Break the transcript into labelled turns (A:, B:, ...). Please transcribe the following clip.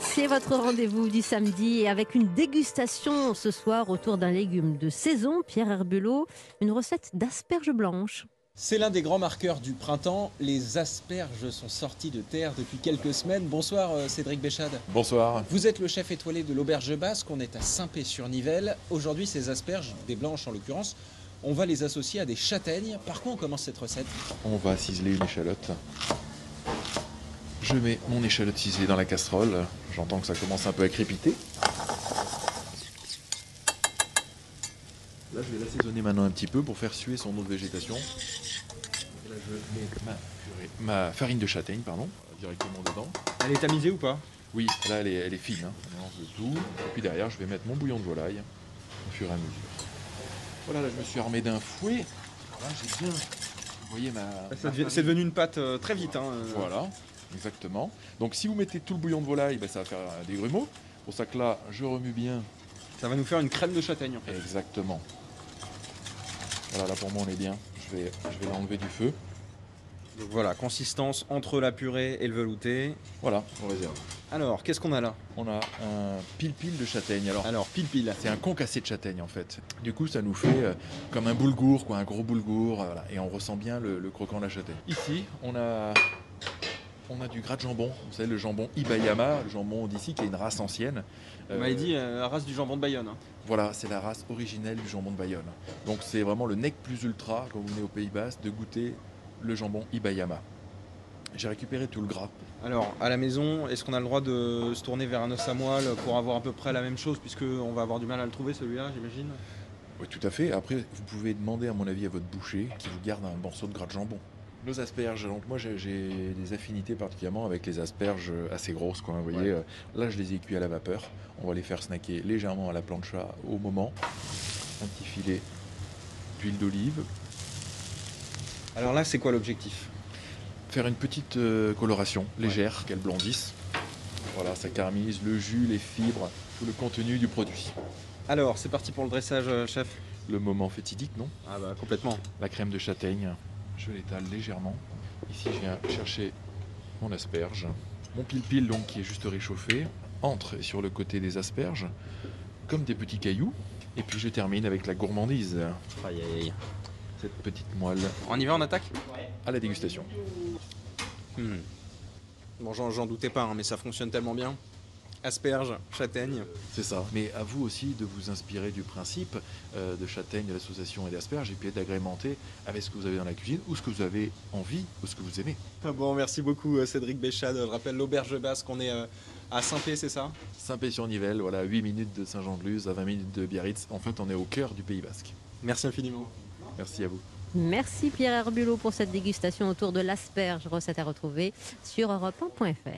A: C'est votre rendez-vous du samedi et avec une dégustation ce soir autour d'un légume de saison, Pierre Herbulot, une recette d'asperges blanches.
B: C'est l'un des grands marqueurs du printemps. Les asperges sont sorties de terre depuis quelques semaines. Bonsoir euh, Cédric Béchade.
C: Bonsoir.
B: Vous êtes le chef étoilé de l'Auberge Basque. On est à Saint-Pé-sur-Nivelle. Aujourd'hui, ces asperges, des blanches en l'occurrence, on va les associer à des châtaignes. Par quoi on commence cette recette
C: On va ciseler une échalote. Je mets mon échalote ciselée dans la casserole. J'entends que ça commence un peu à crépiter. Là, je vais l'assaisonner maintenant un petit peu pour faire suer son eau de végétation. Et là, je mets ma, purée- ma farine de châtaigne, pardon, directement dedans.
D: Elle est tamisée ou pas
C: Oui, là, elle est, elle est fine. hein. On mélange de tout. Et puis derrière, je vais mettre mon bouillon de volaille au fur et à mesure. Voilà, là, je me suis armé d'un fouet. Voilà, j'ai bien. Vous voyez ma.
D: C'est devenu- c'est devenu une pâte euh, très vite. hein, euh.
C: Voilà, exactement. Donc si vous mettez tout le bouillon de volaille, ben, ça va faire euh, des grumeaux. C'est Pour ça que là, je remue bien.
D: Ça va nous faire une crème de châtaigne. en fait.
C: Exactement. Voilà, là pour moi on est bien. Je vais, je vais l'enlever du feu.
D: Donc voilà, consistance entre la purée et le velouté.
C: Voilà, on réserve.
D: Alors, qu'est-ce qu'on a là
C: On a un pile-pile de châtaigne. Alors,
D: Alors, pile pile.
C: c'est un concassé de châtaigne en fait. Du coup, ça nous fait euh, comme un boulgour, quoi, un gros boulgour. euh, voilà. Et on ressent bien le, le croquant de la châtaigne. Ici, on a, on a du gras de jambon. Vous savez, le jambon Ibayama, le jambon d'ici, qui est une race ancienne.
D: On m'avait dit euh, la race du jambon de Bayonne. hein.
C: Voilà, c'est la race originelle du jambon de Bayonne. Donc c'est vraiment le nec plus ultra quand vous venez au Pays Basque de goûter le jambon Ibayama. J'ai récupéré tout le gras.
D: Alors, à la maison, est-ce qu'on a le droit de se tourner vers un os à moelle pour avoir à peu près la même chose Puisqu'on va avoir du mal à le trouver celui-là, j'imagine.
C: Oui, tout à fait. Après, vous pouvez demander, à mon avis, à votre boucher qui vous garde un morceau de gras de jambon. Nos asperges, donc moi j'ai- j'ai des affinités particulièrement avec les asperges assez grosses, quoi, hein, vous voyez. Euh, Là, je les ai cuits à la vapeur. On va les faire snacker légèrement à la plancha au moment. Un petit filet d'huile d'olive.
D: Alors là, c'est quoi l'objectif
C: faire une petite euh, coloration légère, qu'elle blondisse. Voilà, ça caramise le jus, les fibres, tout le contenu du produit.
D: Alors, c'est parti pour le dressage, euh, chef.
C: Le moment fatidique, non
D: Ah bah, complètement.
C: La crème de châtaigne, je l'étale légèrement. Ici, je viens chercher mon asperge. Mon pile-pile, donc, qui est juste réchauffé, entre sur le côté des asperges, comme des petits cailloux. Et puis, je termine avec la gourmandise,
D: Aïe, aïe, aïe.
C: cette petite moelle
D: On y va, on attaque
C: à la dégustation.
D: Hmm. Bon, j'en j'en doutais pas, hein, mais ça fonctionne tellement bien. Asperges, châtaignes.
C: C'est ça. Mais à vous aussi de vous inspirer du principe euh, de châtaigne, de l'association et d'asperges, et puis d'agrémenter avec ce que vous avez dans la cuisine, ou ce que vous avez envie, ou ce que vous aimez.
D: Ah Bon, merci beaucoup euh, Cédric Béchade. Je rappelle l'auberge basque, on est euh, à Saint-Pé, c'est ça
C: Saint-Pé-sur-Nivelle, voilà, à 8 minutes de Saint-Jean-de-Luz, à 20 minutes de Biarritz. En fait, on est au cœur du Pays Basque.
D: Merci infiniment.
C: Merci à vous.
A: Merci Pierre Herbulot pour cette dégustation autour de l'asperge, recette à retrouver sur europe 1.fr.